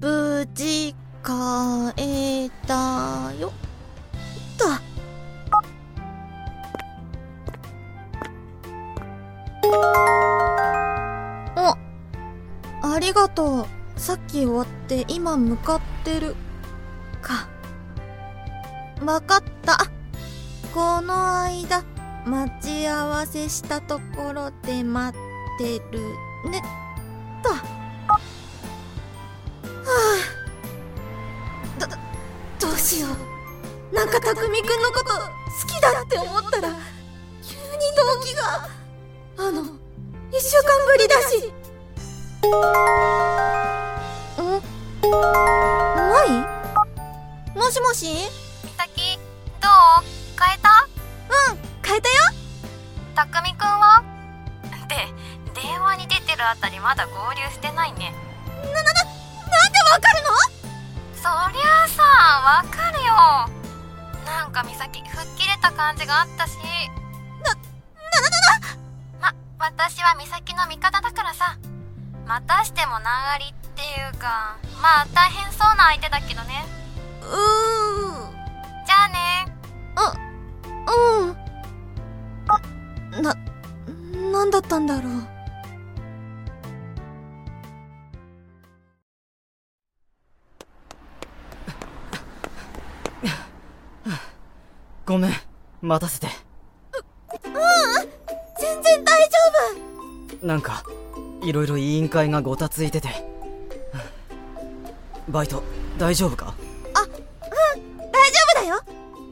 口変えたよ。と。お、ありがとう。さっき終わって今向かってる。か。わかった。この間、待ち合わせしたところで待ってるね。と。はあ。ど、どどうしよう。なんか匠くんのこと好きだって思ったら、急に動機が。あの、一週間ぶりだし。んないもしもしみさきどう変えた変えたよたくみくんはで電話に出てるあたりまだ合流してないねなんでわかるのそりゃあさわかるよなんかみさき吹っ切れた感じがあったしななななま私はみさきの味方だからさまたしても難ありっていうかまあ大変そうな相手だけどねうじゃあねーんうんな、なんだったんだろうごめん、待たせて。全然大丈夫なんか、いろいろ委員会がごたついてて。バイト、大丈夫か大丈夫だよ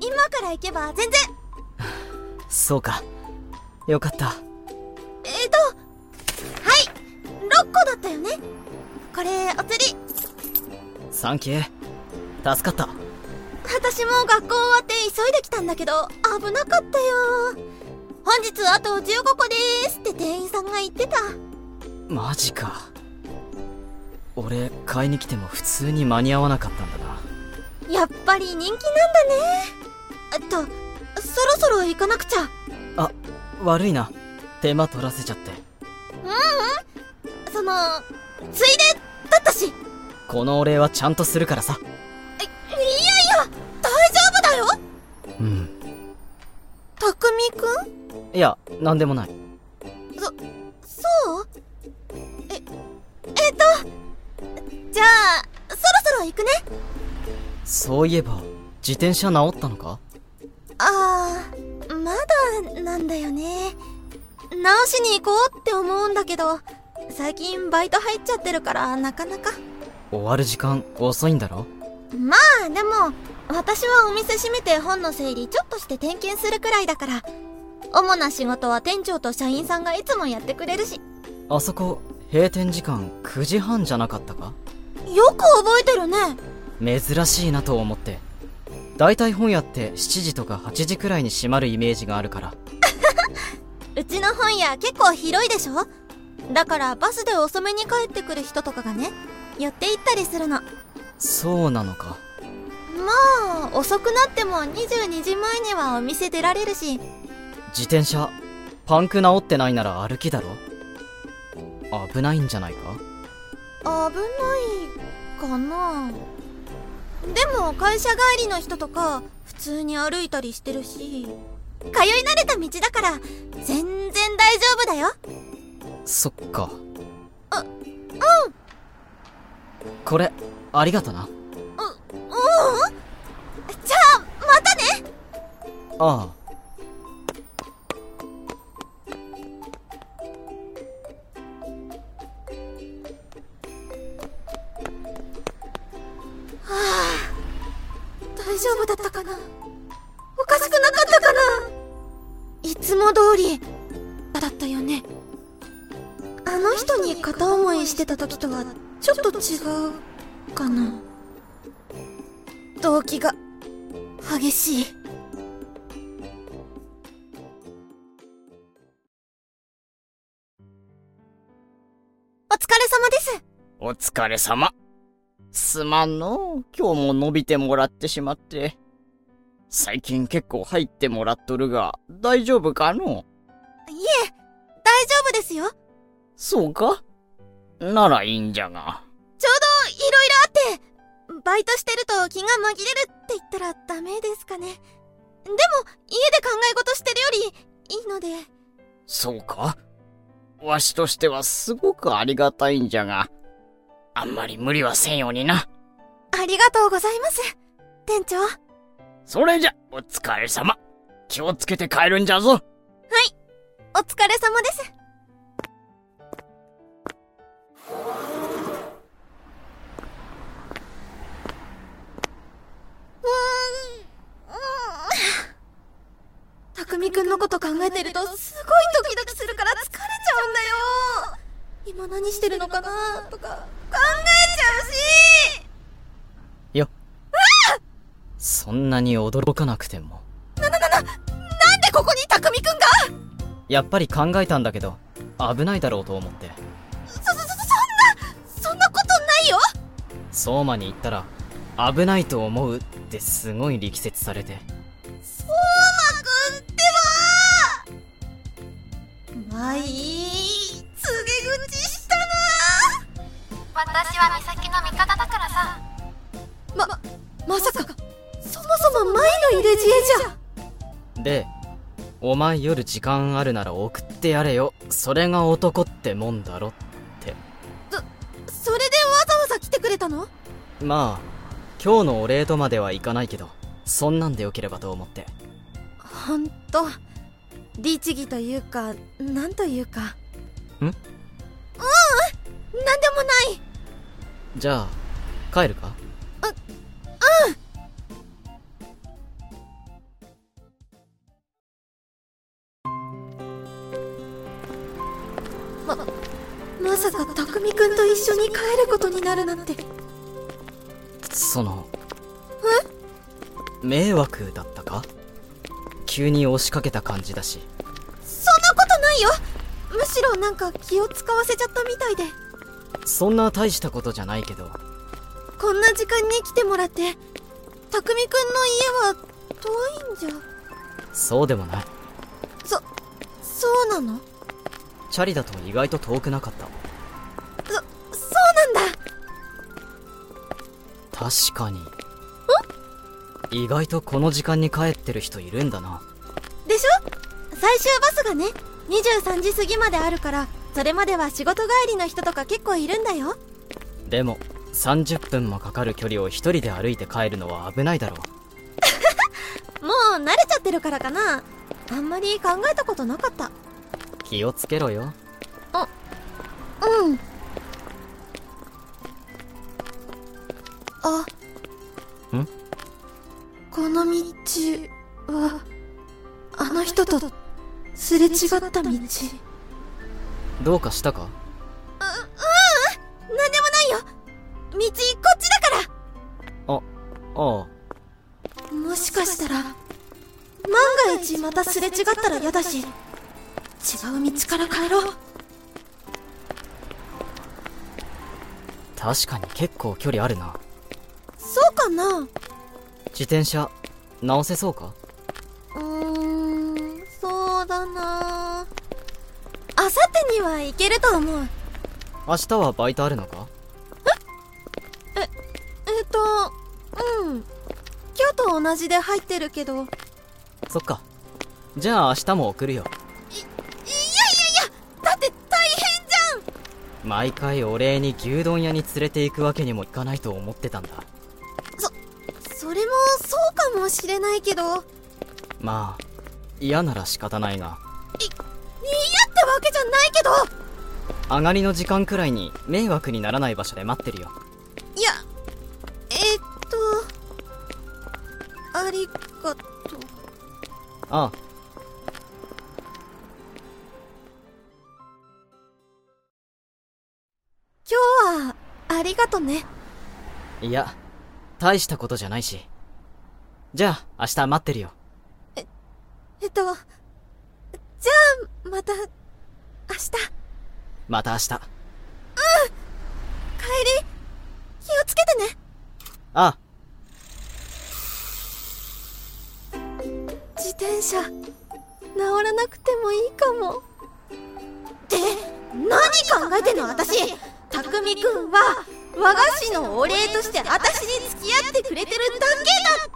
今から行けば全然そうか。よかった。えーとはい6個だったよねこれお釣りサンキュー。助かった。私も学校終わって急いできたんだけど危なかったよ本日あと15個でーすって店員さんが言ってたマジか。俺、買いに来ても普通に間に合わなかったんだな。やっぱり人気なんだねえっとそろそろ行かなくちゃあ、悪いな。手間取らせちゃって。そのついでだったしいやいこのお礼はちゃんとするからさ。や大丈夫だようん。たくみくんいや、なんでもない。そうええっとじゃあそろそろ行くねそういえば、自転車直ったのかああまだなんだよね直しに行こうって思うんだけど最近バイト入っちゃってるからなかなか終わる時間遅いんだろまあでも私はお店閉めて本の整理ちょっとして点検するくらいだから主な仕事は店長と社員さんがいつもやってくれるしあそこ閉店時間9時半じゃなかったかよく覚えてるね珍しいなと思ってだいたい本屋って7時とか8時くらいに閉まるイメージがあるからうちの本屋結構広いでしょだからバスで遅めに帰ってくる人とかがね寄って行ったりするのそうなのかまあ遅くなっても22時前にはお店出られるし自転車パンク直ってないなら歩きだろ危ないんじゃないか危ないかなでも会社帰りの人とか普通に歩いたりしてるし通い慣れた道だから全然大丈夫だよそっかううんこれありがとなううんじゃあまたねああ大丈夫だったかなおかしくなかったかないつも通りだったよねあの人に片思いしてた時とはちょっと違うかな動機が激しいお疲れ様ですお疲れ様。すまんのう。今日も伸びてもらってしまって。最近結構入ってもらっとるが、大丈夫かのういえ大丈夫ですよいろいそうかならいいんじゃが。ろあってバイトしてると気が紛れるって言ったらダメですかね。でも、家で考え事してるよりいいので。そうかわしとしてはすごくありがたいんじゃが、あんまり無理はせんようにな。ありがとうございます。店長。それじゃ、お疲れ様。気をつけて帰るんじゃぞ。お疲れ様です。うーんうーんたくみくんのこと考えてるとすごいドキドキするから疲れちゃうんだよ今何してるのかなとか考えちゃうしよそんなに驚かなくてもなんでここにたくみくんがやっぱり考えたんだけど危ないだろうと思ってそ、そ、そ、そんな、そんなことないよ相馬に行ったら危ないと思うってすごい力説されて相馬くんってばまあいい告げ口した私は美咲の味方だからさなま、まさかそもそも前の入れ知恵じゃでお前夜時間あるなら送ってやれよそれが男ってもんだろってそれでわざわざ来てくれたのまあ今日のお礼とまではいかないけどそんなんでよければと思ってほんと律儀というかなんというかんうんうんなんでもないじゃあ帰るかまさか匠くんと一緒に帰ることになるなんてその迷惑だったか急に押しかけた感じだしそんなことないよむしろなんか気を使わせちゃったみたいでそんな大したことじゃないけどこんな時間に来てもらって匠くんの家は遠いんじゃそうでもないそそうなのチャリだと意外と遠くなかったそそうなんだ確かに意外とこの時間に帰ってる人いるんだなでしょ最終バスがね23時過ぎまであるからそれまでは仕事帰りの人とか結構いるんだよでも30分もかかる距離を一人で歩いて帰るのは危ないだろうもう慣れちゃってるからかなあんまり考えたことなかった気をつけろようんあんこの道はあの人とすれ違った道なんでもないどうかしたかよ道こっちだからああもしかしたら万が一またすれ違ったら嫌だし違う道から帰ろう確かに結構距離あるなそうかなう自転車直せそうかーんそうだなあさってには行けると思う明日はバイトあるのかえっとうん今日と同じで入ってるけどそっかじゃあ明日も送るよいやいやいやだって大変じ毎回お礼に牛丼屋に連れて行くわけにもいかないと思ってたんだゃんそれもそうかもしれないけど嫌ってわまあ嫌なら仕方ないがけじゃないけど上がりの時間くらいに迷惑にならない場所で待ってるよいやえっとありがとうああ今日はありがとねいや大したことじゃないしじゃあ明日待ってるよえっとじゃあまた明日また明日あ帰り気をつけてねあ自転車治らなくてもいいかもって何考えてんの私匠くんは和菓子のお礼として私に付き合ってくれてるだけだって